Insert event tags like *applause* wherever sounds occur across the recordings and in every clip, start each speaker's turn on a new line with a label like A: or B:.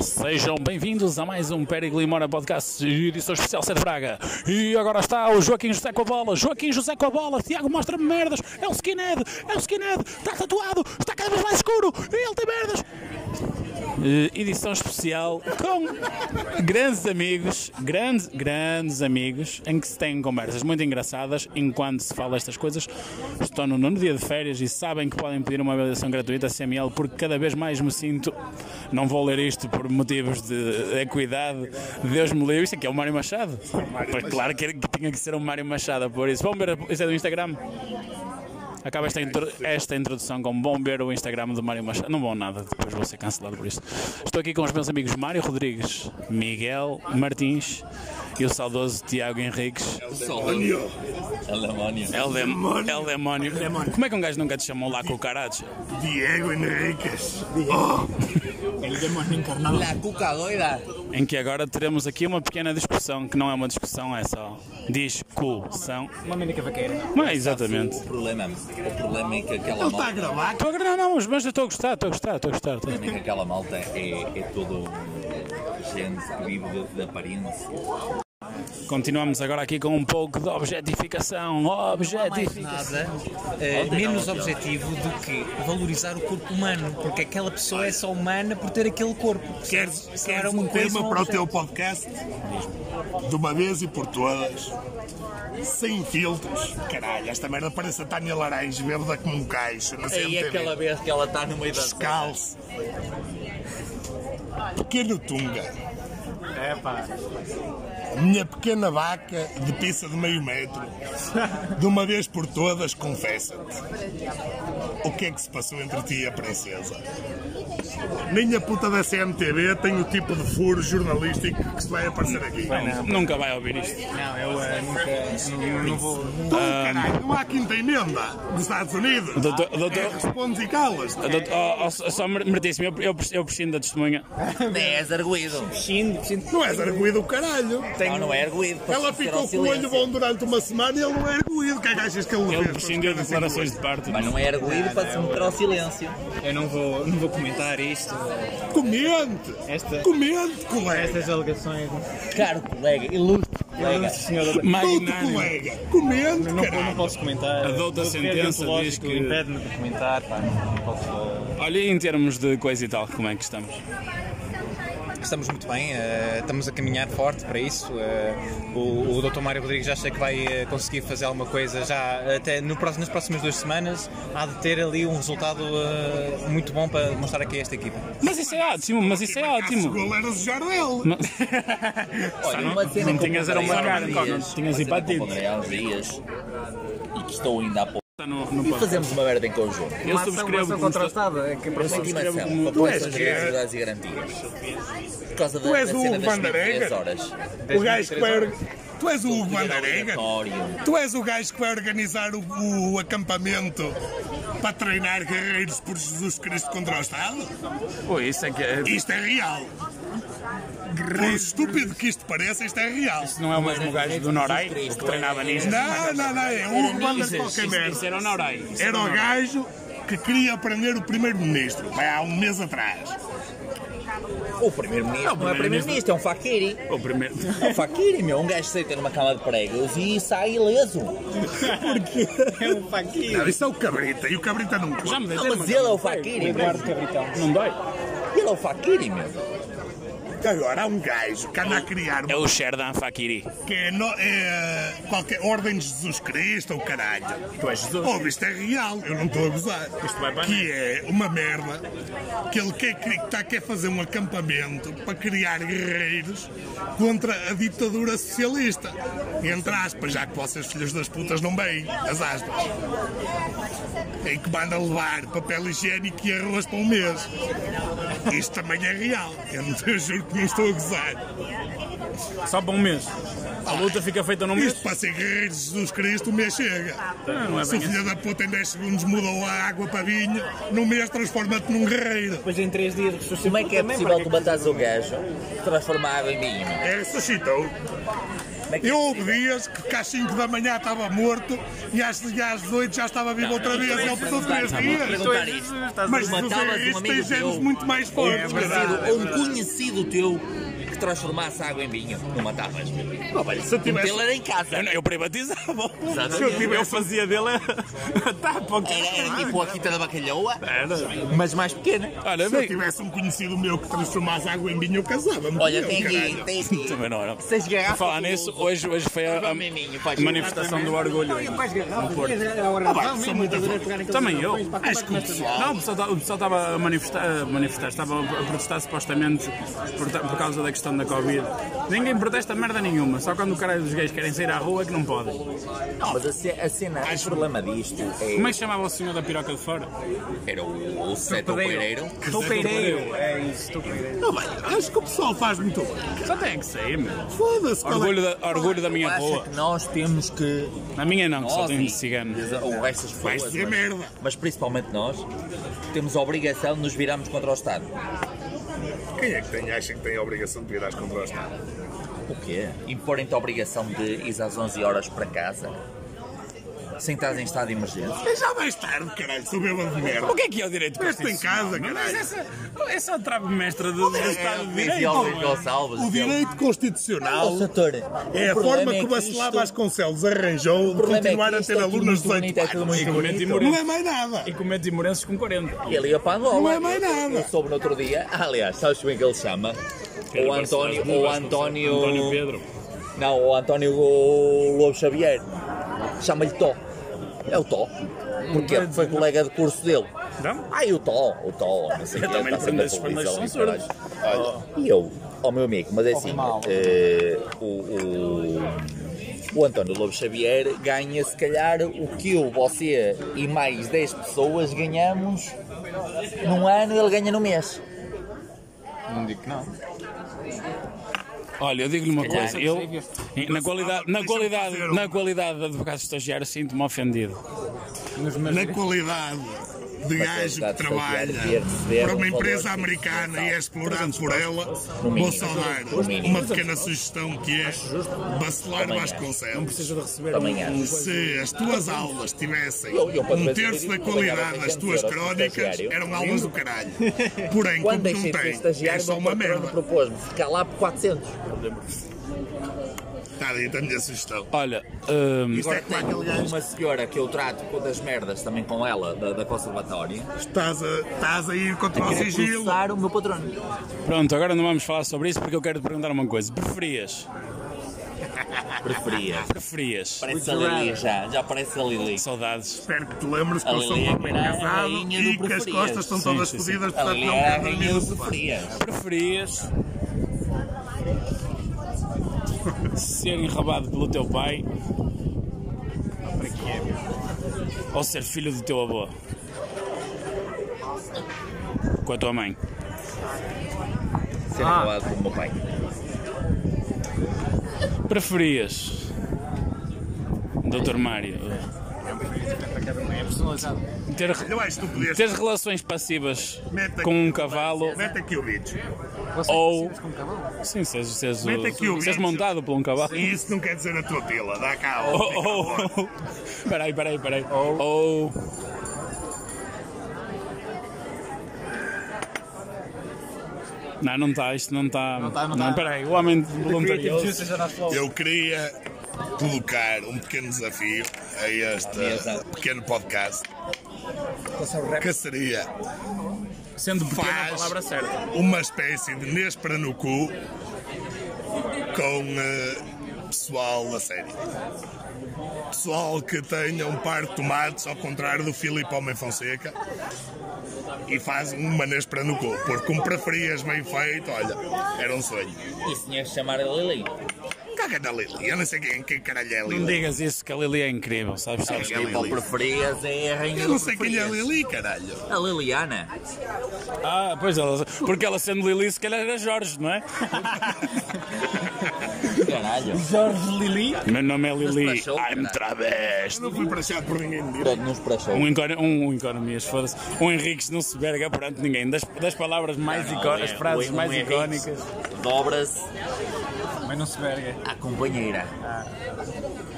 A: Sejam bem-vindos a mais um Perigo Limona Podcast, edição especial Sete Braga. E agora está o Joaquim José com a bola, Joaquim José com a bola, Tiago mostra-me merdas, é o Skinhead, é o Skinhead, está tatuado, está cada vez mais escuro, e ele tem merdas. Eh, edição especial com grandes amigos, grandes, grandes amigos, em que se têm conversas muito engraçadas enquanto se fala estas coisas. Estou no nono dia de férias e sabem que podem pedir uma avaliação gratuita a CML porque cada vez mais me sinto. Não vou ler isto por motivos de equidade. Deus me livre, isto aqui é o Mário Machado. Pois claro que, era- que tinha que ser um Mário Machado a pôr isso. Vamos ver, a- isso é do Instagram. Acaba esta, intro- esta introdução com bom ver o Instagram do Mário Machado. Não vão nada, depois vou ser cancelado por isto. Estou aqui com os meus amigos Mário Rodrigues, Miguel Martins e o saudoso Tiago Henriques.
B: Alemânia.
A: É o demônio. É o demônio. Como é que um gajo nunca te chamou lá com o caracho?
C: Diego Oh, Enriquez.
D: El demonio encarnado.
B: La cucadoira.
A: Em que agora teremos aqui uma pequena discussão, que não é uma discussão, é só discussão.
D: Uma menina vaqueira.
A: Mas É exatamente.
B: O problema, o problema é que aquela
C: Está a
B: malta,
C: gravar?
A: Ah, Tô a- Não, não, mas- mas eu estou a gostar, estou a gostar, estou a gostar. tô-
B: o problema é que aquela malta é, é todo um gente que vive de, de aparência.
A: Continuamos agora aqui com um pouco de objetificação. Objetificação.
E: É nada eh, menos objetivo do que valorizar o corpo humano, porque aquela pessoa é só humana por ter aquele corpo.
C: Queres,
E: Se
C: queres
E: era
C: um
E: coisa,
C: tema
E: não
C: para o
E: objeto.
C: teu podcast? De uma vez e por todas. Sem filtros. Caralho, esta merda parece a Tânia Laranja, bêbada como um caixo. Não sei
B: Aí é
C: MTV.
B: aquela vez que ela está no meio da
C: Descalço. Pequeno Tunga.
D: É pá.
C: A minha pequena vaca de pizza de meio metro. De uma vez por todas, confessa-te. O que é que se passou entre ti e a princesa? Nem a puta da CMTV tem o tipo de furo jornalístico que se vai aparecer aqui.
A: Nunca vai né? ouvir isto.
D: Não, eu eh, nunca. Não, não vou.
C: Tu, caralho, não há quinta emenda dos Estados Unidos.
A: Doutor-
C: É,
A: doutor-
C: respondes e calas.
A: Doutor- oh, oh, só mer- meritíssimo, eu, eu, eu prescindo da testemunha.
B: Não é arguído.
D: Xindo, xindo.
C: Não és arguído o caralho.
B: Não, não é arguído. para
C: Ela
B: ser
C: ficou
B: ao
C: com o olho
B: silêncio.
C: bom durante uma semana e ele não é arguído. O que é que achas que ele fez?
A: Ele prescindiu
C: assim,
A: de declarações de parte.
B: Mas não é arguído para se meter ao silêncio.
D: Eu não vou, não vou comentar isto.
C: Comente!
D: Esta-
C: Comente, colega!
D: Estas alegações.
B: Caro colega, ilustre colega.
D: Senhor,
C: Todo
A: Magnânimo.
C: colega! Comente,
D: não, eu não
C: caralho!
D: posso comentar.
A: A douta
D: O dever
A: sentença diz
D: deontológico
A: que-
D: impede-me de comentar. Pá, não posso.
A: Olha, e em termos de coisa e tal, como é que estamos?
E: Estamos muito bem, eh, estamos a caminhar forte para isso. eh, o, o Dr. Mário Rodrigues já acha que vai eh, conseguir fazer alguma coisa já até no próximo, nas próximas duas semanas. Há de ter ali um resultado eh, muito bom para mostrar aqui a esta equipa.
A: Mas isso é ótimo, mas isso é
C: O
A: ótimo.
C: gol era o Jardel!
B: Olha,
A: não-
B: uma cena
A: não
B: que eu
A: tinhas era uma
B: ponderei há uns
A: cara, não, não
B: dias,
A: tinhas
B: uma cena que eu
A: hepatite.
B: ponderei há uns dias e que estou ainda a pouco.
A: Está no- no
B: E
A: podcast.
B: fazemos uma merda em conjunto.
A: Eu subscrevo como está-
B: Eu sou intimação para
C: és
B: poluições
C: que é?
B: generalizadas e garantias. Por causa da,
C: Tu és
B: da
C: o
B: cena das
C: Vandarenga?
B: 23 horas.
C: O gajo que vai. or- Tu és o
F: é
C: Bandarega?
B: Obrigatório.
C: Tu és o gajo que vai organizar o, o acampamento para treinar guerreiros por Jesus Cristo contra o Estado?
A: Pô, isso é que é-
C: Isto é real! Por estúpido que isto pareça, isto é real!
A: Não é o mesmo gajo do Norai que treinava
B: é
A: nisso.
C: Não, não, não, é o Bandarega qualquer merda!
A: Isso era o Norai.
C: Era o gajo que queria prender o primeiro-ministro, vai há um mês atrás.
B: O primeiro-ministro não é primeiro-ministro, é um faquiri.
A: O primeiro.
B: É um faquiri, meu. Um gajo deita numa cama de pregos e sai ileso.
D: É um faquinho.
C: Não, isso é o Cabrita, e o Cabrita não
A: Já me
C: conta.
A: deitei,
B: Mas
A: mas
B: ele é o faquiri, meu.
D: Eduardo Cabritão.
A: não dói.
B: Ele é o faquiri, meu.
C: Agora há um gajo que anda a criar
A: É o Sherdan Fakiri.
C: que é, no- é, qualquer ordem de Jesus Cristo ou caralho.
A: Tu és Jesus.
C: Oh, isto é real, eu não estou a gozar.
A: Isto vai bem.
C: Que é uma merda que ele quer, cri- que tá- quer fazer um acampamento para criar guerreiros contra a ditadura socialista. Entre aspas, já que vocês filhos das putas não veem as aspas. Em que manda levar papel higiênico e arroz para um mês. Isto também é real. Eu, não- eu juro que não estou a gozar.
A: Só para um mês. A luta fica feita num mês.
C: Isto para ser guerreiro de Jesus Cristo, o mês chega.
A: Não, não é
C: Se o
A: bem assim.
C: filho da puta em 10 segundos mudou a água para vinho, no mês transforma-te num guerreiro.
G: Depois em 3 dias ressuscita.
F: Como é que é possível tu matares o gajo, transformar a água em vinho?
C: É, ressuscitou.
F: Como é que é
C: Eu houve
F: possível?
C: dias que às 5 da manhã estava morto e às, e às 8 já estava vivo outra vez. Ele passou 3 dias.
F: perguntar isto.
C: Mas
F: Tu matavas um
C: isto tem
F: amigo
C: genes
F: teu.
C: muito mais fortes. caralho.
F: Ou um conhecido teu que transformasse a água em vinho. Não matavas.
C: se eu tivesse-
F: Ele era em casa.
A: Eu privatizava.
F: Exatamente.
A: Se eu, tive- eu fazia dele *laughs* tá, a tapa.
F: Tá Era, era tipo a quinta da bacalhoa,
A: Era.
F: mas mais pequena.
A: Olha,
C: Se eu
A: bem.
C: tivesse um conhecido meu que transformasse água em vinho, eu casava-me.
F: Olha,
C: com
F: tem
C: ele,
F: aqui,
C: caralho.
F: tem aqui.
A: Também não era.
F: Seis garrafas.
A: Falar nisso, um, hoje, hoje foi
F: um
A: a, a
F: Miminho, faz
A: manifestação do orgulho. aí. Também eu.
C: Acho que o pessoal.
A: Não, o pessoal tá- o pessoal estava a manifestar, a manifestar, estava a protestar supostamente por, ta- por causa da questão da Covid. Ninguém protesta merda nenhuma, só quando o caralho dos gays querem sair à rua é que não podem.
F: Não, mas a ce- a cena, o problema disto
A: Como
F: é.
A: é que chamava o senhor da piroca de fora?
F: Era o, o Seto Pereiro.
A: Toupeiro. É isso,
C: Não, bem, acho que o pessoal faz muito bem.
A: Só tem que sair, meu.
C: Foda-se. qual é-
A: Orgulho da, orgulho da minha
F: Acha
A: rua.
F: que nós temos que.
A: Na minha não, que só
F: Nós
A: tem
F: e-
A: cigano.
F: Ou essas pessoas.
C: Vai ser
F: mas-
C: merda.
F: Mas principalmente nós temos a obrigação de nos virarmos contra o Estado.
C: Quem é que tem, acha que tem a obrigação de virar contra o Estado?
F: O quê? Imporem-te a obrigação de ir às 11 horas para casa? Sem estás em estado de emergência?
C: Mas Já mais tarde, caralho, sou bêbado de merda.
A: O que é que é o direito
C: Este em casa,
A: Mas
C: caralho.
A: essa, essa é a trave mestra do do Estado de
F: Dizia ao Luís
A: Direito.
F: Gonçalves.
C: O
F: dele.
C: direito constitucional
F: Ó, doutor,
C: é
F: o problema
C: a forma que o Bacelar Vasconcelos arranjou de
F: problema é que
C: continuar a
F: isto
C: ter
F: é tudo
C: alunos de
F: muito bonito,
C: 18
F: é tudo muito
A: Igualmente
F: bonito.
A: imoral.
C: Não é mais nada.
A: E comete imorenses com 40.
F: Ele ia para Angola.
C: Não é mais nada.
F: Eu soube no outro dia. Ah, aliás, sabes como é que ele se chama? O António. O António.
A: António Pedro.
F: Não, o António Lobo Xavier. Chama-lhe Tó. É o Tó. Porque ele foi colega de curso dele.
A: Não?
F: Ai, o Tó, o Tó, não sei o
A: Eu
F: que,
A: também
F: está sempre a
A: aprendo esses
F: televisão
A: primeiros
F: e caralho. Olha, E eu, ó meu amigo, mas é assim, eh, o, o, o António Lobo Xavier ganha se calhar o que eu, você e mais 10 pessoas ganhamos num ano, ele ganha no mês.
H: Não digo que não.
A: Olha, eu digo-lhe uma
F: calhar.
A: coisa. Eu, na qualidade, na qualidade, na qualidade de advogado estagiário, sinto-me ofendido.
C: Na qualidade de gajo que
F: qualidade de
C: trabalha
F: estagiário, de receber
C: para
F: um
C: uma empresa
F: valor
C: americana e é explorado por ela, vou
F: mínimo.
C: só dar
F: No mínimo.
C: uma pequena sugestão que é Bacelar Vasconcelos.
F: Também acho.
C: Se as tuas aulas tivessem
F: Eu- eu posso
C: um
F: ver se
C: terço da
F: eu
C: qualidade
F: ganhava
C: das tuas
F: 600 euros de
C: crónicas,
F: estagiário.
C: eram aulas
F: *laughs*
C: do caralho. Porém,
F: Quando
C: como tu não
F: deixei de ser
C: tens, é
F: estagiário,
C: só
F: o
C: uma
F: meu patrão
C: merda.
F: propôs-me ficar lá por 400.
C: Está dita a minha sugestão.
A: Olha, hum,
C: Isto é como aquele gajo
F: Uma senhora que eu trato com das merdas também com ela, da, da conservatória,
C: Estás a, estás a ir contra o
F: quer
C: sigilo.
F: processar o meu patrono.
A: pronto, agora não vamos falar sobre isso porque eu quero te perguntar uma coisa. Preferias?
F: Preferia.
A: Preferias?
F: Parece a Lili já, já parece a Lili.
A: Saudades.
C: Espero que te lembres que eu sou
F: Ali
C: um
F: é
C: homem
F: que era a
C: casado
F: rainha do
C: e que as
F: preferias.
C: costas estão
A: Sim,
C: todas
A: sim, sim.
C: fodidas,
F: A
C: portanto
F: Lili
C: não
F: era a
C: quero
F: rainha
C: dormir
F: do
C: no sofá.
F: preferias.
A: Preferias ser enrabado pelo teu pai? Ou ser filho do teu avô? Com a tua mãe?
F: Ser
C: Ah.
F: enrolado pelo meu pai.
A: Preferias? Doutor Mário. Ter,
C: Eu acho que tu podias.
A: ter relações passivas
C: Mete
A: com
C: aqui
A: um
C: o-
A: cavalo
C: Mete aqui o vídeo.
A: ou. Sim, seres, seres,
C: Mete aqui o
A: seres
C: vídeo.
A: montado por um cavalo.
C: E isso não quer dizer a tua pila, dá cá. ó.
A: *laughs*
F: Oh,
A: Ou. ou- Peraí, peraí, peraí. Ou. Não, não está, isto não está. Não
G: tá, não tá.
A: peraí, o homem voluntarioso.
C: Eu queria colocar um pequeno desafio a este pequeno podcast. Que seria
A: Sendo pequena a
C: faz
A: palavra certa.
C: uma espécie de Nespera no cu com eh, pessoal da série. Pessoal que tenha um par de tomates, ao contrário do Filipe Homem Fonseca, e faz uma Nespera no cu, porque um preferias bem feito, olha, era um sonho.
F: Isso tinha que chamar a Lili.
C: Caga da Lili, eu não sei quem, quem caralho é a
A: Não
C: Lili.
A: digas isso, que a Lili é incrível, sabes? sabes?
C: É a
F: Tipo, o
C: Lili.
F: preferias é a rainha
C: Eu
F: do
C: não sei quem é a
F: preferias.
C: Lili, caralho.
F: A Liliana.
A: *laughs* Ah, pois ela, porque ela sendo Lili, se calhar era Jorge, não é?
F: Caralho.
D: Jorge Lili.
A: Meu nome é Lili,
F: Mas para show,
A: I'm
F: caralho.
A: travesti.
C: Não fui para achar por ninguém me deu.
F: Pronto, nos prachou.
A: Um, econo, um, um economias, foda-se. Um Henriques não se berga perante ninguém. Das, das palavras mais icónicas, as frases mais icónicas.
F: Dobra-se
D: Mas não se verga.
F: à companheira.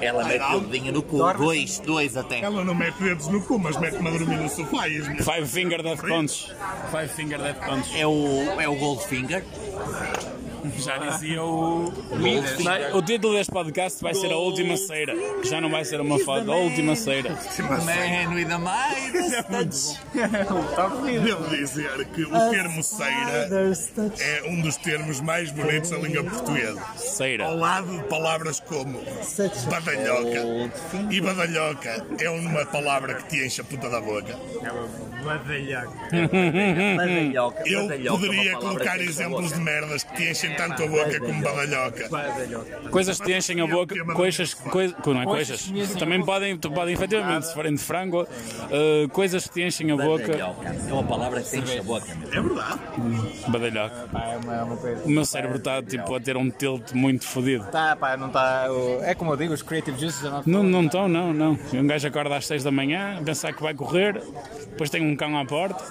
F: Ela mete o dedinho no cu.
D: Dorme-se.
F: Dois, dois até.
C: Ela não mete dedos no cu, mas mete-me a dormir no sofá e as minhas...
A: Five Finger Death Punch. Five Finger Death Punch.
F: É o, é o Goldfinger.
A: Já dizia o.
F: Midas.
A: Não, O título deste podcast vai ser A Última Ceira. Já não vai ser uma foda. A Última Ceira.
F: Man with a mighty
C: Devo dizer que o termo ceira é um dos termos mais bonitos da língua portuguesa. Ao
A: Ceira.
C: lado de palavras como badalhoca. E badalhoca é uma palavra que te enche a puta da boca.
F: Badalhoca.
C: Eu
F: badalhoca é uma
C: poderia
F: palavra
C: colocar
F: que enche a
C: exemplos de
F: boca.
C: merdas que te enchem tanto a boca como badalhoca.
A: Coisas que te enchem a boca. Coisas. Coisas. Não é coisas? Também podem, podem efetivamente, se forem de frango, eh, coisas que te enchem a boca.
F: Badalhoca. É uma palavra que enche a boca. meu.
C: É verdade.
A: Badalhoca.
B: é
A: O meu cérebro está tipo, a ter um tilt muito fodido.
D: Tá, pá, não tá. o- É como eu digo, os Creative Juices já não
A: Não, não estão, não, não. Um gajo acorda às 6 da manhã, pensar que vai correr, depois tem um cão à porta.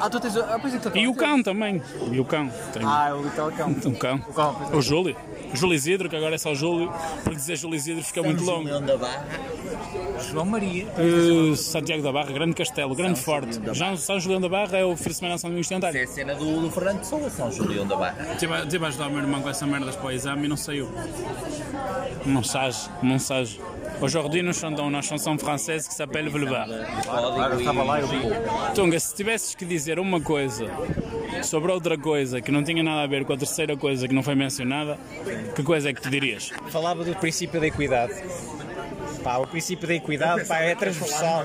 D: Ah, tu tens. o- Ah, pois então.
A: E o cão também. E o cão. Tem
D: Ah, o tal cão.
A: um cão.
D: O cão, pois é.
A: O Júlio. O Júlio Isidro, que agora é só Júlio, porque dizer Júlio Isidro fica muito longo.
F: Leão da Barra.
D: João Maria.
A: Eh, Santiago da Barra, grande castelo, grande forte. Já São Julião da Barra é o fim de semana de São Domingos
F: Isso é
A: Tentário.
F: a cena do, do Fernando Pessoa, São Julião da Barra.
A: Estive a ajudar o meu irmão com essa merda para o exame e não saiu. Não sais, não sais. Aujourd'hui, nous chantons uma chanson française um que s'appelle Boulevard.
F: Código e Gil.
A: Tunga, se tivesses que dizer uma coisa sobre outra coisa que não tinha nada a ver com a terceira coisa que não foi mencionada, que coisa é que tu dirias?
E: Falava do princípio da equidade. Pá, o princípio da equidade pá, é transversal.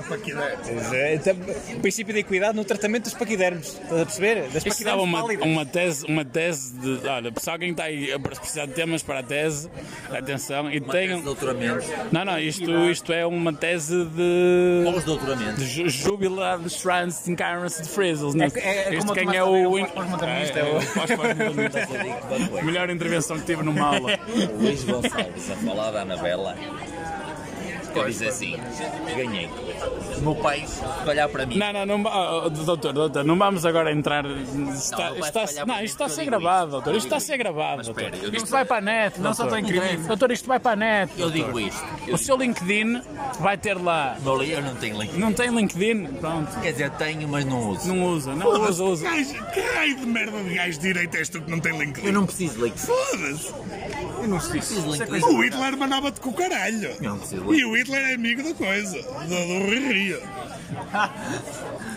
E: É, tam- O princípio da equidade no tratamento dos paquidermos. Estás a perceber? Das
A: Isso dava
E: paquidermos
A: uma, um-
E: pálidas.
A: uma tese, uma tese de. Olha, se alguém está aí a precisar de temas para a tese, atenção, e
F: Tese de
A: tenham.
F: doutoramento.
A: Não, não, isto, isto é uma tese de.
F: Pós-doutoramento.
A: de ju- Jubilar de Strands de Currency de Frizzles, não
E: É que- é como
A: Isto
E: o
A: quem
E: Tomás
A: é o.
E: Taveira, o pós-modernista,
A: É, é,
E: é o-
A: o pós-modernista.
F: *laughs* Mas eu digo uma
A: A
F: coisa.
A: melhor intervenção que tive numa aula.
F: O Luís Gonçalves a falar da Anabela. Ele diz assim: ganhei. O meu pai, se olhar para mim,
A: Não, não, não, va- oh, doutor, doutor, não vamos agora entrar. Está,
F: Não,
A: não,
F: vai
A: está,
F: falhar
A: não
F: porque
A: isto está a
F: eu
A: ser
F: digo
A: gravado,
F: isto.
A: doutor.
F: Eu
A: Isto está a
F: digo
A: ser
F: isto.
A: gravado.
F: Mas
A: doutor.
F: espera, eu digo
A: isto vai para a net, não só
F: Doutor.
A: estou incrível. Doutor, isto vai para a net.
F: eu
A: doutor.
F: digo isto. Eu
A: O seu LinkedIn vai ter lá.
F: Não li- eu não tenho link.
A: Não tem LinkedIn? Pronto.
F: Quer dizer, tenho, mas não uso.
A: Não usa, não usa, usa.
C: Gajo- Que raio de merda de gajo direito és tu que não tem
F: Eu
C: LinkedIn?
F: não preciso de link.
C: Foda-se!
F: Preciso de link.
C: O Hitler mandava-te com o caralho!
F: é Não preciso de link.
C: E o Hitler é amigo da coisa, do, do Rui Rio.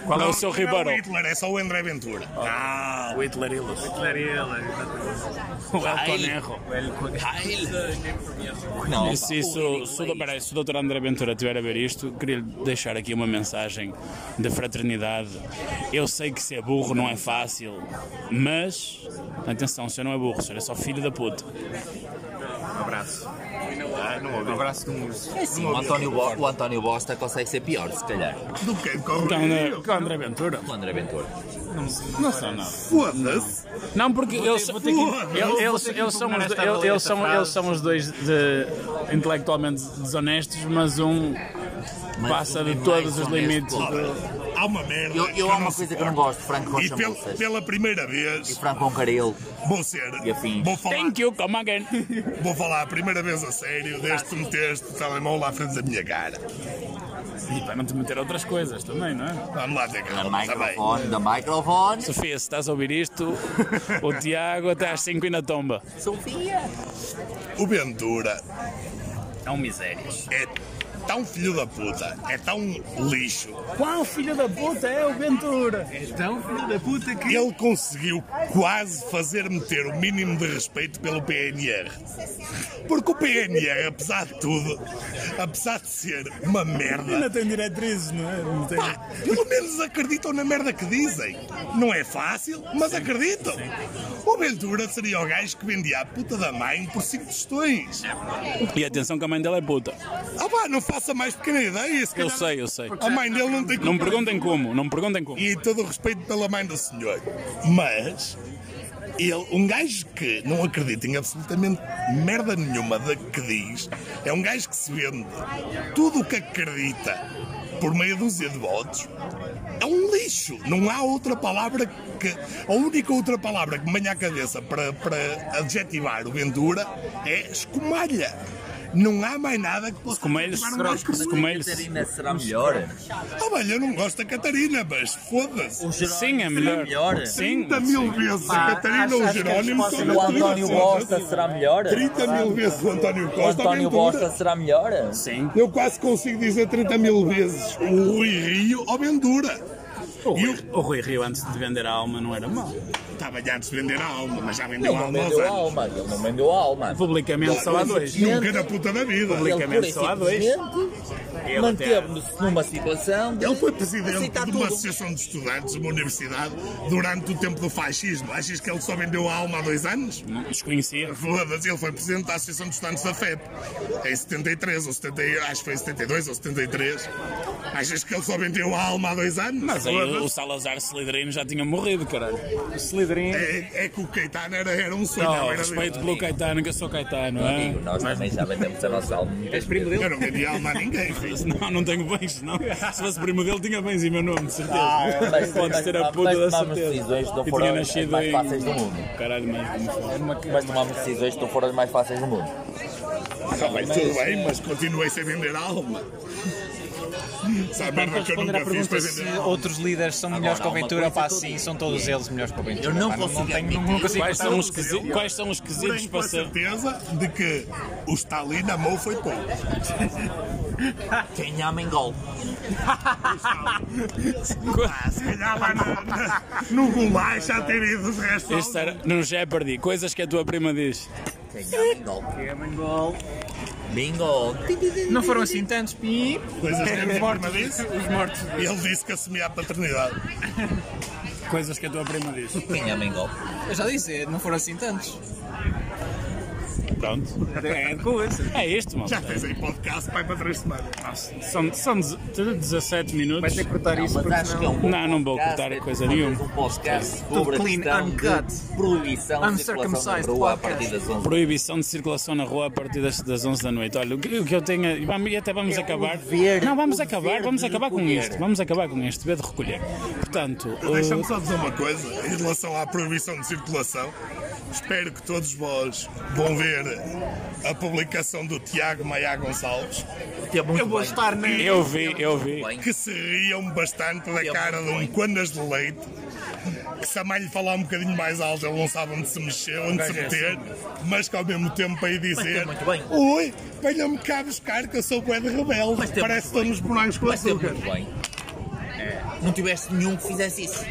A: Qual é o seu
C: Não é
A: ribeiro?
C: o Hitler, é só o André Ventura.
A: Ah, o Hitler Ilus. O
F: Ai.
A: Elton Um Erro.
F: Não,
A: E se, isso,
F: é
A: se, o, do- peraí, se o Dr. André Ventura estiver a ver isto, queria lhe deixar aqui uma mensagem de fraternidade. Eu sei que ser burro não é fácil, mas atenção, o senhor não é burro, o senhor é só filho da puta.
F: é assim, o António, Bo- o António Bosta consegue ser pior, se calhar.
C: Do que com o
A: Então,
C: Rui
A: né,
C: Rio?
A: com o André Ventura?
F: O André Ventura.
A: Não são, não.
C: Foda-se!
A: Não, porque eles, *laughs*
C: que-
A: eles- eles- eles são os, do- eles, eles são, eles são os dois de- intelectualmente desonestos, mas um
F: Mas
A: passa
F: o
A: de
F: mais
A: todos os
F: honesto,
A: limites.
F: claro.
C: Há uma merda.
F: Eu, eu há uma
C: não
F: coisa que eu não
C: suporto.
F: gosto, Franco Rocha
C: E pel-
F: Moças.
C: pela primeira vez,
F: Franco Concarelo.
C: vou ser.
F: E afins.
C: Vou falar,
A: Thank you, come again. *laughs*
C: vou falar a primeira vez a sério desde que meteste o telemóvel à frente da minha cara.
A: E para não te meter outras coisas também, não é?
C: Vamos lá ter
F: Da
C: calma, está Ah, tá bem.
F: microfone, da microfone.
A: Sofia, se estás a ouvir isto, o Tiago até às 5 e na tomba.
F: Sofia.
C: O Ventura
A: É um misérias.
C: é tão filho da puta, é tão lixo.
A: Qual filho da puta é o Ventura?
C: Ele conseguiu quase fazer-me ter o mínimo de respeito pelo PNR. Porque o PNR, apesar de tudo, apesar de ser uma merda,
A: tem diretrizes, não é? Não tem...
C: pá, pelo menos acreditam na merda que dizem. Não é fácil, mas acreditam. O Ventura seria o gajo que vendia a puta da mãe por 5 tostões.
A: E atenção que a mãe dela é puta.
C: Ah pá, não faça mais pequena ideia. Se
A: Eu
C: calhar
A: sei, eu sei.
C: a mãe dele não tem
A: Não me perguntem como, não me perguntem como.
C: E todo o respeito pela mãe do senhor. Mas ele, um gajo que não acredita em absolutamente merda nenhuma da que diz, é um gajo que se vende tudo o que acredita por meia dúzia de votos, é um lixo. Não há outra palavra que. A única outra palavra que me vem à cabeça para, para adjetivar o Ventura é escumalha. Não há mais nada que possa
A: Escumelhos,
C: adjetivar um gajo como ele.
A: escumelhos.
F: Catarina será melhor?
C: Ah, bem, eu não gosto da Catarina, mas foda-se.
A: Sim, é melhor.
F: melhor.
A: Sim,
C: 30 mil vezes
F: Ah,
C: a Catarina ou o Jerónimo são
F: O
C: Ventura,
F: António
C: foda-se.
F: Costa será melhor?
C: 30 mil vezes o António
F: O
C: Costa
F: António
C: Ventura.
F: Costa será melhor?
A: sim.
C: Eu quase consigo dizer 30 mil vezes o Rui Rio ao Ventura.
D: O
C: E
D: Rui, o Rui Rio, antes de vender a alma, não era mau.
C: Estava já antes de vender a alma, mas já vendeu
F: Ele
C: a
F: não
C: alma há uns
F: vendeu
C: anos.
F: alma. Ele não vendeu alma.
D: Publicamente só há dois.
C: Nunca na puta da vida.
D: Ele-
F: Ele pura e
D: só há dois.
F: simplesmente
D: Ele
F: manteve-se numa situação de...
C: Ele foi
F: Assim
C: presidente
F: está
C: de uma
F: tudo.
C: associação de estudantes, de uma universidade, durante o tempo do fascismo. Achas que ele só vendeu a alma há dois anos?
A: Não Desconhecia.
C: Foda-se, ele foi presidente da Associação de Estudantes da FEP em 73 ou 70, acho que foi em 72 ou 73. Achas que ele só vendeu a alma há dois anos?
A: Mas aí
C: Foda-se.
A: o Salazar Slytherin já tinha morrido, caralho.
I: Slytherin.
C: É, é que o Caetano era, era um sonho.
A: Não,
C: era
A: respeito pelo Caetano, que eu sou Caetano, é?
F: Amigo, nós também já vendemos a nossa alma. muitas vezes.
C: Eu não vendi alma a ninguém, filho.
A: Não, não tenho bens, não. Se fosse primo dele, tinha bens em meu nome, de certeza.
F: Ah, Mas,
A: Podes
F: mas,
A: ter Ah, a
F: mas,
A: puta da
F: tomamos
A: certeza.
F: decisões que não
A: E
F: foram
A: tinha
F: as
A: nascido
F: mais
A: em.
F: fáceis do mundo.
A: Caralho, mas como foi?
F: Mas tomamos decisões que não foram as mais fáceis do mundo.
C: Está bem, tudo bem, mas continuei sem vender alma. Sabe a merda que eu
E: Responder à
C: nunca fiz
E: pergunta
C: para
E: se
C: vender alma?
E: outros líderes são melhores que o
F: há uma
E: Ventura,
F: coisa
E: pá,
F: que eu
E: sim,
F: digo.
E: são todos eles melhores que o Ventura.
F: Eu não
E: Pá,
F: consigo
E: tenho-
F: admitir
E: não consigo
A: Quais são os
E: gostar
A: quesitos, quais são os quesitos
C: Porém, com
A: para
C: a
A: ser.
C: certeza de que o Stalin amou foi pouco.
F: Quem ama engole.
C: Ah, se calhar lá no, na- *laughs* no Gulag já teve ido de resto.
A: Este era no Jeopardy, coisas que a tua prima diz.
F: Quem ama engole.
A: é
F: Quem ama engole. Bingo.
E: Não foram assim tantos, pi.
C: Coisas que a minha prima disse.
D: Os mortos.
C: Ele disse que assumia a paternidade.
A: Coisas que a tua prima diz.
F: Quem é ama engole.
E: Eu já disse, não foram assim tantos.
A: Pronto.
D: É coisa.
A: É isto, mano.
C: Já fez aí podcast, pai, para três semanas.
A: São, são dez- 17
I: Vai
A: minutos.
I: ter que cortar isso
F: Mas
I: porque
F: acho que é
I: senão...
F: um bom
A: Não, não vou
F: podcast,
A: cortar
F: é
A: coisa
F: fazer
A: nenhuma.
F: Um podcast sobre
I: Tudo clean,
F: a questão de
I: uncut.
F: proibição de circulação na
I: Uncircumcised
F: rua a
I: podcast.
F: partir das 11
A: Proibição de circulação na rua a partir das, das 11 da noite. Olha, o que, o que eu tenho. a- e vamos- E até vamos acabar.
F: É dever-
A: não, vamos
F: o
A: acabar,
F: dever
A: vamos
F: de
A: acabar com
F: recolher.
A: este. Vamos acabar com este. Dever de recolher. Portanto. uh,
C: Deixa-me só dizer uma coisa em relação à proibição de circulação. Espero que todos vós vão ver a publicação do Tiago Maia Gonçalves,
I: Eu vou estar na...
A: eh, eu vi, eu vi.
C: que se riam bastante da cara de um Quandas de Leite, que se a mãe lhe falar um bocadinho mais alto ele não sabe onde se mexer, onde se meter, é assim. mas que ao mesmo tempo aí dizer
F: muito bem.
C: Oi, venham-me cá buscar que eu sou o de rebelde,
F: Mas
C: parece
F: tem muito
C: que estão nos bonecos com
F: Mas teve
C: açúcar.
F: muito bem.
A: É.
F: Não tiveste nenhum que fizesse isso.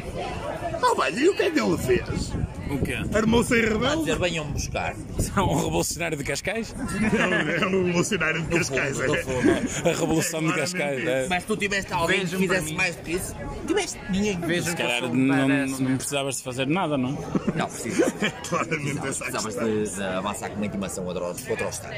C: Ah, velho, e o que é que ele fez?
A: O quê?
C: Armou-se em
F: A
C: rebelde?
F: dizer, venham-me buscar.
A: Um revolucionário de Cascais?
C: É o revolucionário de Cascais,
F: Fundo,
C: é.
F: do fundo.
A: A revolução de Cascais. é.
F: Mas tu tiveste alguém
I: Vejam
F: que
I: para
F: fizesse
I: mim.
F: mais do que isso? Tiveste ninguém.
A: Se
I: Vejam que eu
A: calhar
I: sou um
A: não,
I: badass.
A: não precisavas de fazer nada, não?
F: Não, precisavas.
C: Claramente essa a
F: Precisavas
C: questão.
F: de, de avançar com uma intimação contra o contra o Estado.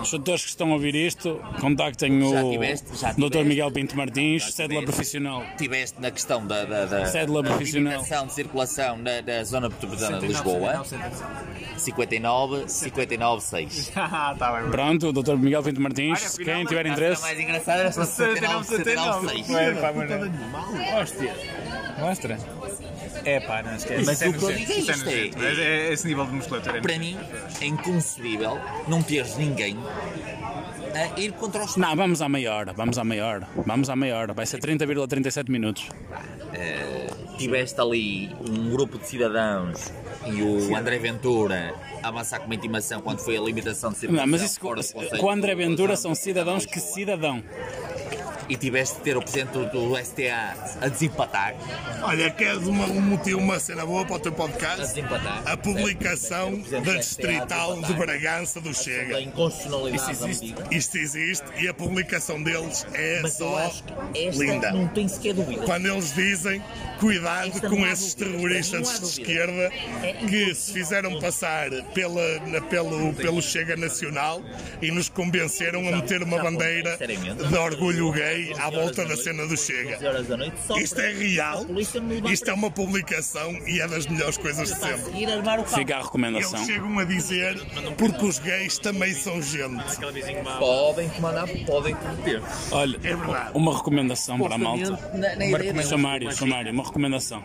A: Os doutores que estão a ouvir isto, contactem
F: Já
A: o
F: tiveste, já
A: Dr.
F: tiveste.
A: Miguel Pinto Martins,
F: Já
A: cédula
F: tiveste.
A: profissional.
F: Tiveste na questão da, da, da,
I: é
A: Cédula
F: da
A: profissional.
F: limitação de circulação na, da zona metropolitana de Lisboa. 59, 59, 6.
E: *laughs*
I: Ah, tá bem.
A: Pronto, o Dr. Miguel Pinto Martins,
I: Olha,
A: se
I: afinal,
A: quem tiver
I: a
A: interesse,
F: mais engraçado era só
I: 79,
F: 79, 79, 6.
I: Ué, pá, mano. Mostra. É pá, não esquece.
F: Mas
I: é
F: o que eu
I: nojento,
F: digo é
I: isso
F: isto, é-
I: nojento, mas é esse nível de musculatura.
F: Para mim, é inconcebível não teres ninguém a ir contra o Estado.
A: Não, vamos à maior, vamos à maior, vamos à maior. Vai ser 30,37 minutos.
F: tiveste ali um grupo de cidadãos e o André Ventura a avançar com uma intimação quando foi a limitação de circulação.
A: Não,
C: é
A: mas isso
F: fora do Conselho
A: com o André
F: de-
A: Ventura
F: da-
A: são cidadãos que
F: Lisboa.
A: cidadão.
F: E tiveste de ter o presidente do, do STA a desempatar.
C: Olha, queres uma, um motivo, uma cena boa para o teu
F: A
C: podcast?
F: desempatar.
C: A publicação da Distrital de Bragança do
F: Da
C: Chega.
F: inconstitucionalidade da medida.
C: Isto existe e a publicação deles é
F: Mas eu
C: só
F: acho que esta
C: linda.
F: não tem sequer dúvida.
C: Quando eles dizem cuidado
F: Esta não
C: com
F: há
C: esses
F: dúvida,
C: terroristas
F: não há
C: de
F: dúvida. É
C: esquerda que se fizeram passar pela, na- pelo, pelo Chega Nacional e nos convenceram a meter uma bandeira de orgulho gay andei à volta da cena do Chega.
F: 12 horas da noite só
C: Isto é real, isto é uma publicação e é das melhores coisas de
F: para
C: sempre.
F: seguir armar o carro.
A: Fica a recomendação.
C: Eles chegam a dizer porque os gays também são gente.
F: Podem comandar, podem cometer.
A: Olha,
C: É verdade.
A: uma recomendação para a malta.
F: Supostamente, é Na, na ideia deles.
A: Sumário, sumário, uma recomendação.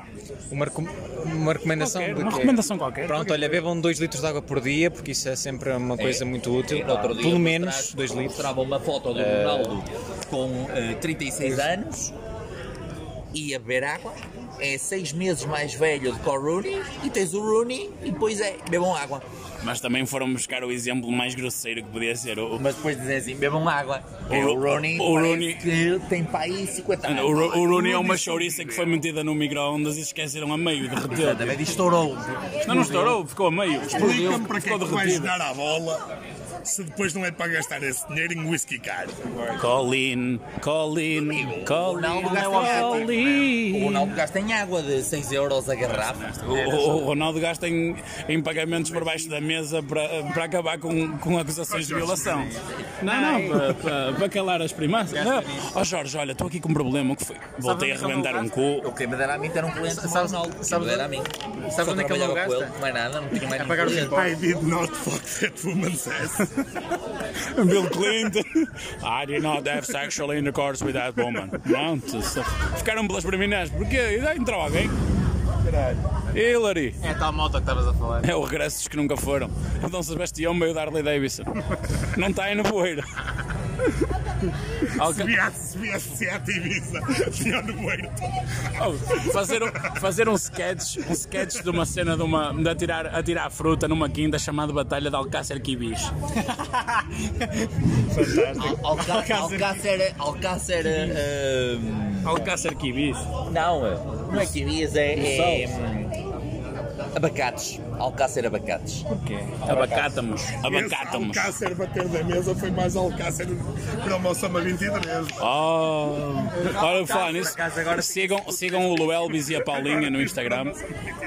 E: Uma, recom- uma recomendação.
A: Qualquer,
E: de
A: uma
E: quê?
A: recomendação qualquer.
E: Pronto, olha, bebam 2 litros de água por dia, porque isso é sempre uma coisa muito útil.
F: No outro dia mostraste-
E: Pelo menos 2 litros.
F: Mostrava uma foto do
A: Eh,
F: Ronaldo com eh, 36 anos e a beber água. É 6 meses mais velho do que o Rooney e tens o Rooney e depois é bebam água.
A: Mas também foram buscar o exemplo mais grosseiro que podia ser. O,
F: Mas depois dizem assim: bebam água.
A: O-
F: É o Rooney,
A: o
F: parece
A: Rooney-
F: que tem pai 50 anos.
A: o, Ro- o Rooney é uma chouriça que foi metida no micro-ondas e esqueceram a meio, derreteu.
F: Exatamente, estourou.
A: Não, não estourou, ficou a meio.
C: Explica-me para que é
A: Ficou
C: que vai
A: derretido.
C: jogar à bola se depois não é para gastar esse dinheiro em whisky caro.
A: Colin, Colin,
F: O Ronaldo
A: Colin.
F: gasta em água. O Ronaldo gasta em água de 6 euros a garrafa.
A: O, o- o Ronaldo gasta em, em pagamentos por baixo da mesa para, para acabar com, com acusações de violação. Não, não, para, para- para calar as primas. Não. Oh Jorge, olha, estou aqui com um problema. O que foi? Voltei a arrebentar um cu.
F: O que me dera a mim ter um cliente como o
E: Sabes-
F: Ronaldo. O que me
E: sabes-
F: dera a mim.
E: sabes
F: Só
E: onde é que ele
F: trabalhava
E: não
F: com
E: gasta?
F: ele, mais nada, não tinha mais nenhum
E: pagar os
F: cliente.
C: I did not fuck that woman's ass.
A: Bill Clinton. *laughs* I did not have sexual intercourse with that woman. Não, tu- só- ficaram pelas preliminares. Porquê? E daí Entrou alguém? Hillary.
D: É a tal moto que estavas a falar.
A: É o regresso dos que nunca foram. O Dom Sebastião meio Darley Davidson. Não está aí no poeira. Alca-
C: Viesse, viesse se ativista, senhor Moeiro.
A: Oh, fazer, um, fazer um sketch, um sketch de uma cena de, uma, de atirar, atirar fruta numa quinta chamada Batalha de Alcácer Quibis.
F: Al- Alca- Alcácer. Alcácer. eh,
A: Alcácer Quibis.
F: não, eh, não é quimias, é. é hum, abacates. Alcácer abacates.
A: Abacátamos. Abacátamos.
C: Esse Alcácer bater da mesa foi mais Alcácer para o meu Samba 23.
A: Oh. Ora, por falar nisso, sigam, sigam o Luelbis e a Paulinha no Instagram.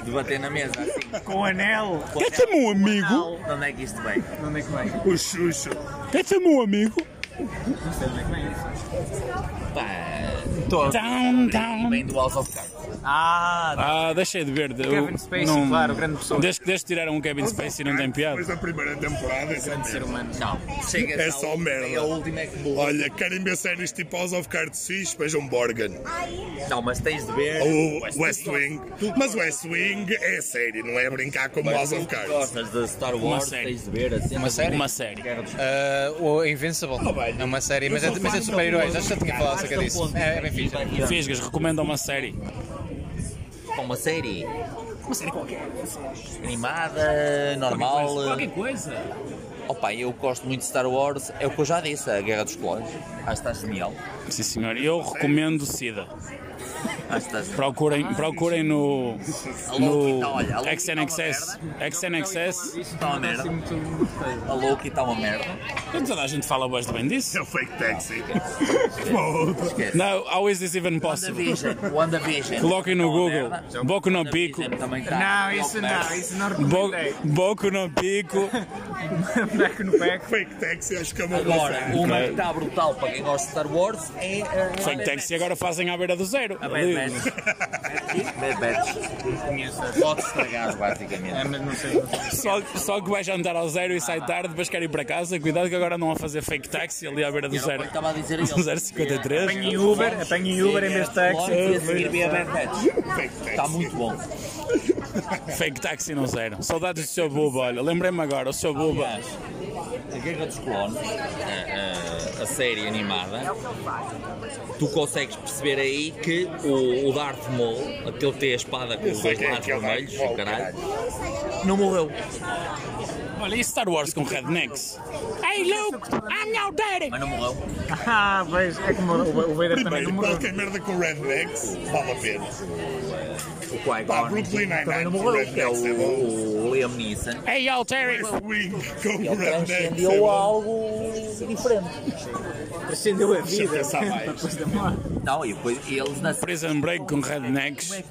F: De bater na mesa assim.
D: Com o anel.
A: Quer-te meu é amigo?
F: De onde é que isto vem?
D: Onde é que vem?
C: O Xuxo.
A: Quer-te meu amigo?
F: Pá,
A: Down, down.
F: vem do House of Cards.
D: Ah,
A: Ah, deixei de ver. O
D: Kevin Spacey, claro, grande pessoa.
A: Desde, desde que tiraram o Kevin Spacey não tem piada.
C: Depois da primeira temporada, isso é
D: ser
C: merda.
D: humano.
F: Não, chega
C: É só merda.
F: É a última é que me
C: Olha, querem ver séries tipo House of Cards X? Vejam Borgen.
F: Não, mas tens de ver.
C: Ou West Wing. Mas West Wing é série, não é brincar como House of Cards.
F: Gostas de Star Wars,
A: série.
F: tens de ver assim.
E: Uma série?
A: Uma série.
E: Ah, o Invincible. é uma série, mas é, mas é de super-heróis. Acho que já tinha falado
F: um
E: acerca disso. É, é bem fixe.
A: Fisgas, recomenda uma série.
F: Uma série? Uma série qualquer. Animada, normal.
A: coisa.
F: Opa, eu gosto muito de Star Wars. É o que eu já disse, a Guerra dos Clones. Acho que está genial.
A: Sim, senhor. Eu recomendo Sida.
F: Acho que está genial.
A: Procurem, procurem no.
F: Alô,
A: no.
F: Rita, olha, alô, Rita,
A: XNXS. XNXS.
D: Isso
F: Está tá uma merda. assim A Loki está uma merda.
A: Toda a gente fala bastante bem disso.
C: É o fake taxi. Foda.
A: Não, always is even possible.
F: WandaVision. é um WandaVision.
A: Coloquem no
F: Está uma
A: Google.
F: merda.
A: Boku no Pico.
F: WandaVision também tá- está.
D: Não, isso não,
F: merda.
D: isso não
A: Bo
D: recomendei.
A: Boku no Pico.
D: Boneco no pé.
C: Fake taxi, acho que é uma boa
F: Agora,
C: série.
F: uma que está brutal para quem gosta de Star Wars é. Uh,
A: Fake Taxi agora fazem à beira do zero.
F: A Bad Batch. Bad Batch. Pode estragar, basicamente.
D: É, mas não sei.
A: Só, só que vai jantar ao zero e sai tarde, depois quer ir para casa. Cuidado que agora não a fazer fake taxi ali à beira do
F: Era o que
A: zero.
F: eu estava a dizer a ele. é,
A: 053.
D: Apanhem Uber, apanhem Uber em vez de táxi.
F: é Está Tá muito bom.
A: Fake taxi no zero. Saudades do seu Buba, olha. Lembrei-me agora, o seu Buba.
F: Aliás, a Guerra dos Clones, a, a- a série animada, tu consegues perceber aí que o, o Darth Maul, aquele que tem a espada com os dois
C: quem é
F: lados
C: que é o Darth
F: vermelhos,
C: Maul,
F: o caralho, não morreu.
A: Olha, e Star Wars com rednecks? Hey Luke, I'm now Derek!
F: Mas não morreu.
D: Ah, vejo. É como o o Vader também
C: Primeiro,
D: não morreu.
C: qualquer merda com rednecks, vale a pena.
F: o Qui-Gon.
C: Pá, Brooklyn Nine-Nine,
F: Também não morreu, que é
C: deve ser
F: o, o Liam Neeson.
A: Hey, yo, Terry!
C: Esse wing com o
F: Ele
C: Redneck.
F: transcendeu algo diferente.
D: Transcendeu a vida.
C: pensar mais.
D: Depois da morte.
F: Não, e depois eles na
A: Prison Break com rednecks.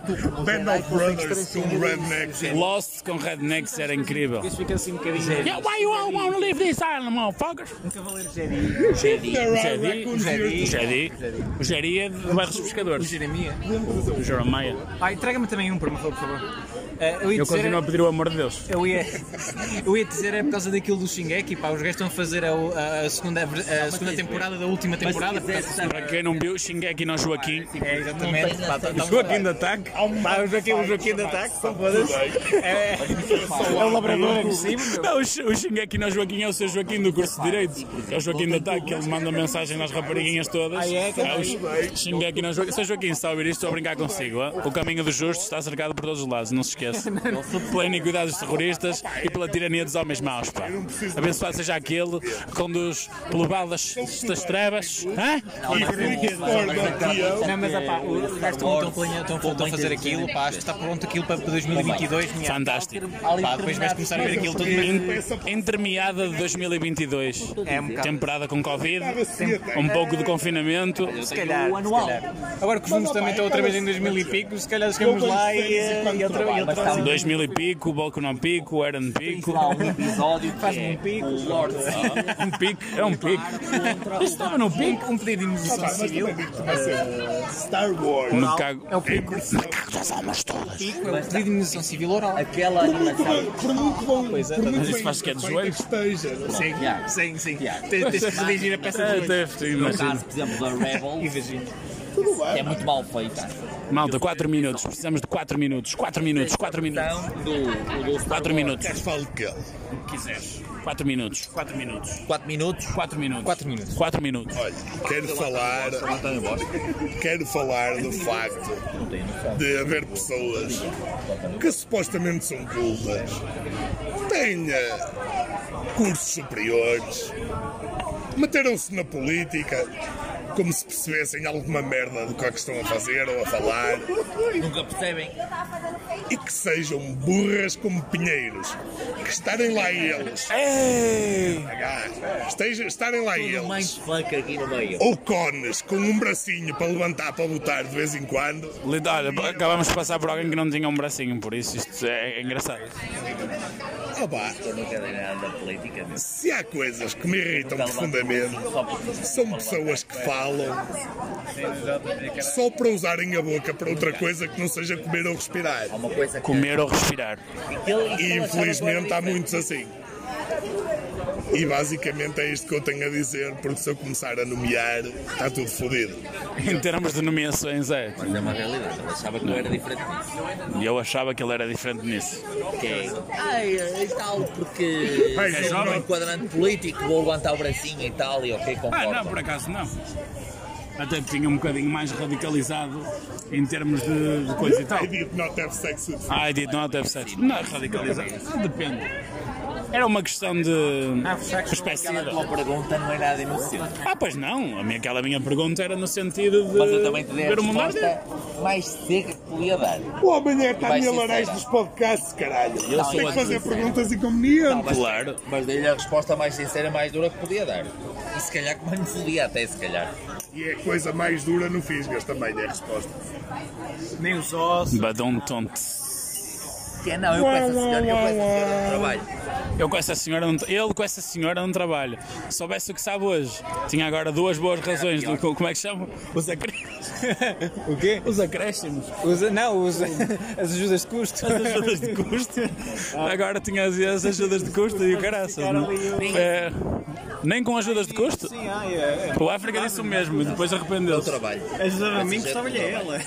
C: Band of Brothers com o Redneck.
A: Lost com rednecks era incrível.
D: Depois fica assim um bocadinho.
A: Yeah, why you all wanna leave this island, motherfuckers?
D: Um cavaleiro Jedi.
F: Jedi.
C: There are
A: Jedi,
C: raccoons
A: O
C: here.
A: Jedi. O Jedi é do bairro dos pescadores.
E: Jeremia.
A: O Jeremiah.
E: Ah,
D: Ai, traga-me também um, por favor, por favor. Eh, ia
A: Eu
D: dizer-
A: continuo a pedir o amor de Deus.
D: Eu ia,
E: *laughs* Eu ia dizer é por causa daquilo do Shingeki, pá, os gajos estão a fazer a, a- a segunda, a segunda temporada da última temporada. portanto,
A: Para quem não viu, Shingeki no Joaquim.
E: é, exatamente. Pá, tá- tá-
D: Joaquim de Ataque. Pá, o Joaquim, o
F: é.
D: Joaquim de Ataque, são foda-se. É, é um labrador agressivo, meu.
A: Não, o Sh- o Shingeki no Joaquim é o seu Joaquim do curso de Direito. É o Joaquim de Ataque, ele manda mensagem às rapariguinhas todas.
D: Ah, é? Que
A: o Sh- Shingeki no Joaquim. Seu Joaquim, se está a ouvir isto, estou a brincar consigo. hã? O caminho do justo está cercado por todos os lados, não se esqueça. Pela iniquidade dos terroristas e pela tirania dos homens maus, pá. Abençoado seja aquele que conduz pelo vale das, das trevas. Hã?
D: Não, mas, ah, pá, os gajos estão
E: Estão, a- estão, estão a fazer aquilo, pá, acho que está pronto aquilo para para 2022, minha.
A: Fantástico.
E: Pá, depois vais começar a ver aquilo tudo.
A: Entremeada de 2022.
D: É um bocado.
A: Temporada com Covid, um pouco de confinamento.
D: Se calhar, se calhar.
E: Agora que os números também estão outra vez em 2000 e pico, se calhar chegamos lá e, eh, e outra e outra vez.
A: 2000 e pico, Boku não pico, Aaron pico.
F: Há um episódio que
D: Faz-me
F: é
D: um pico.
F: o Lord Sid
A: *laughs* Um pico, é um pico.
F: contra
D: Isto estava num pico, um pedido de iniciação civil.
A: Eh,
C: Star Wars.
A: Me Um cago.
D: É o pico,
E: Pico, é um pedido de imunização civil oral.
F: aquela animação.
C: Por muito bom.
E: Pois é,
C: por muito
A: mas isso
C: bem
A: faz que é dos
C: feita
A: joelhos.
C: esteja.
E: Sim,
F: Tiago.
E: sim, sim.
F: Tiago.
E: Tens tens de se dirigir a peça
A: É,
E: de hoje.
A: deve ter,
F: No
A: imagino.
F: caso, por exemplo, da Rebels,
E: Imagina.
F: que é muito mal feita.
A: Malta, 4 minutos, precisamos de 4 minutos, 4 minutos, 4 minutos.
F: Então, do, do Star
A: 4 minutos,
C: Queres falar de quê?
A: 4 minutos, 4 minutos,
E: 4 minutos?
A: 4 minutos,
E: 4 minutos.
A: 4 minutos.
C: Olha, quero falar. Quero falar do facto de haver pessoas que supostamente são cultas, têm eh, cursos superiores, meteram-se na política. Como se percebessem alguma merda do que é que estão a fazer ou a falar
F: Nunca percebem.
C: e que sejam burras como pinheiros. Que estarem lá eles. Ah, Esteja, estarem lá
F: Tudo
C: eles.
F: um
C: Oh.
F: mindfuck aqui no meio.
C: ou cones com um bracinho para levantar para botar de vez em quando.
A: Lid- Olha, acabamos de passar por alguém que não tinha um bracinho, por isso isto é engraçado.
C: Opa,
F: Eu não quero nada da É política. meu.
C: se há coisas que me irritam profundamente,
F: Só porque-
C: são pessoas que falam só para usarem a boca para outra coisa que não seja comer ou respirar.
F: Há É uma coisa que
A: Comer ou respirar.
C: E infelizmente há muitos assim. E basicamente é isto que eu tenho a dizer, porque se eu começar a nomear, está tudo fodido.
A: Em termos de nomeações, é.
F: Mas é uma realidade. Eu achava que não era diferente disso.
A: E eu achava que ele era diferente nisso.
F: Que é, ai, e tal, porque
C: Ai,
F: é
C: jovem.
F: um quadrante político, vou levantar o bracinho e tal, e ok,
A: Ah,
F: concordo.
A: não, por acaso não. Até que tinha um bocadinho mais radicalizado em termos de, de coisa e tal.
C: I did not have sex with
A: Ah, I did not have sex. Não é radicalizado. Ah, depende. Era uma questão de
F: Aquela
A: perspectiva.
F: tua pergunta não é nada inocente.
A: Ah, pois não. A minha, aquela minha pergunta era no sentido de
F: Mas eu também te dei a
A: ver o mundo arder.
F: resposta mais seca que podia dar.
C: O homem é que está a
F: Vai
C: minha
F: ser
C: laranja
F: sincera.
C: dos podcasts, caralho.
F: Eu sou
C: Tem que fazer
F: sincero.
C: perguntas inconvenientes.
F: Mas-
A: Claro.
F: Mas dei-lhe a resposta mais sincera, mais dura que podia dar. E se calhar que mais me fodia até, se calhar.
C: E é a coisa mais dura no Fisgas também é a resposta.
D: nem os ossos.
A: Badum tonte.
F: Que é, não, eu com essa senhora, eu com essa senhora não trabalho.
A: Eu com essa senhora não, ele com essa senhora não trabalho. Soubesse o que sabe hoje. Tinha agora duas boas razões. De, como é que chama? Os acréscimos.
D: O quê?
A: Os acréscimos.
D: Os, não, os, *laughs* as ajudas de custo.
A: As ajudas de custo. Agora tinha as- as ajudas de custo e o caraças. não? É, nem com ajudas de custo?
D: Sim, ai, é.
A: O África disse o mesmo e depois arrependeu-se.
F: Trabalho. assim,
D: Ajudava a mim que estava-lhe ela.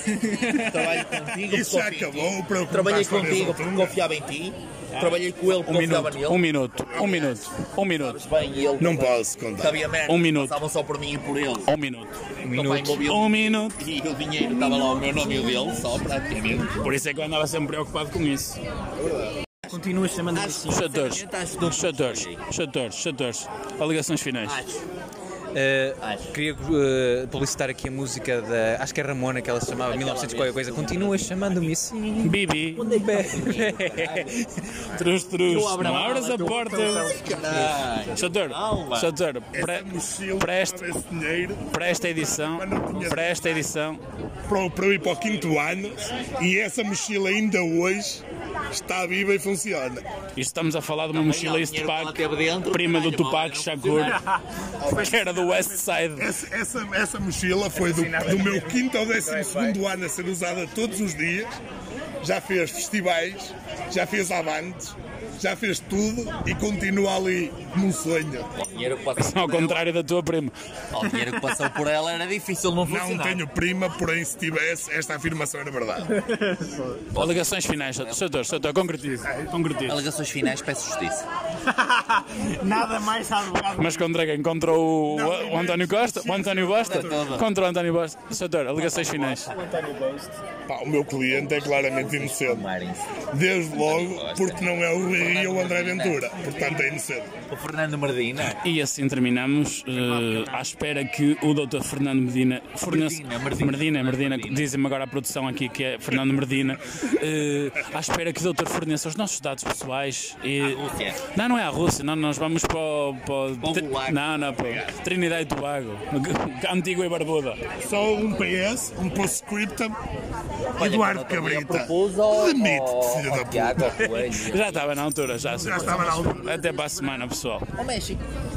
F: Trabalho contigo,
C: Isso é já
F: porque confio em ti.
C: acabou para
F: Trabalhei contigo porque confiava em ti.
C: Ah.
F: Trabalhei com ele porque
A: Um
F: confiava
A: minuto,
F: nele.
A: um minuto, um minuto, um minuto,
F: Bem, e ele
C: Não posso contar.
F: sabia merda.
A: Um minuto.
F: Passavam só por mim e por ele.
A: um minuto,
F: Um minuto.
A: um minuto.
F: E o dinheiro estava lá o meu nome e o dele, só praticamente.
A: Por isso é que eu andava sempre preocupado com isso.
D: Continua chamando assim.
F: tá,
A: Chatores, chatores, chatores, chatores. Alegações finais.
F: Acho.
E: Eh, queria eh, publicitar aqui a música da. Acho que é Ramona que ela se chamava, 1900 qualquer coisa. Continua chamando-me assim.
A: Bibi,
E: bebê.
A: trus, trus, não abras a porta.
B: Caralho.
A: Doutor, doutor,
C: Essa
A: para,
C: mochila
A: para este-
C: para esse dinheiro
A: para esta edição, para esta edição,
C: para, o- para eu ir para o quinto ano e essa mochila ainda hoje está viva e funciona.
A: isto estamos a falar de uma mochila
B: o
A: esse
B: dinheiro que ela
A: Tupac,
B: teve dentro,
A: prima do
B: caralho,
A: Tupac
B: não
A: Shakur, *laughs* que era do West Side.
C: Essa, essa, essa mochila foi do, do meu quinto ao décimo segundo ano a ser usada todos os dias. Já fez festivais, já fez avantes, já fez tudo e continua ali num sonho.
B: O dinheiro que passou
A: Ao
B: por ela-
A: contrário da tua prima.
B: o dinheiro que passou por ela era difícil não
C: Não
B: funcionar.
C: tenho prima, porém se tivesse, esta afirmação era verdade.
A: Alegações finais, doutor, doutor, concretiza.
J: Concretiza.
B: Alegações finais, peço justiça.
D: Nada mais advogado.
A: Mas contra quem? Contra o,
C: Não,
A: o António Costa? O António Bosta? Contra o António Bosta. Doutor, alegações finais.
C: Pá, o meu cliente é claramente inocente.
B: Marem-se.
C: Desde logo, porque não é o Rui Rio ou o André Ventura. Portanto, é inocente.
B: O Fernando Mardina.
A: E assim terminamos, eh, à espera que o Dr. Fernando Medina forneça.
B: Medina, Medina.
A: Medina, Medina, dizem-me agora a produção aqui que é Fernando Medina. Eh, à espera que o Dr. forneça os nossos dados pessoais. E...
B: À Rússia.
A: Não, não é à Rússia, não, nós vamos para o. Para o
B: Para o
A: Tri-
B: Gulag.
A: Não, não, para o Trinidade e Tobago, *laughs* Antigo e Barbuda.
C: Só um PS, um postscriptum. Eduardo Cabrita.
B: Propôs ao,
C: Demite-te,
B: ao-
C: filho
B: ao
C: da puta.
B: Tiago Coelho.
A: Já estava na altura, já.
C: Já estava na altura.
A: Até para a semana, pessoal.
B: Ao México.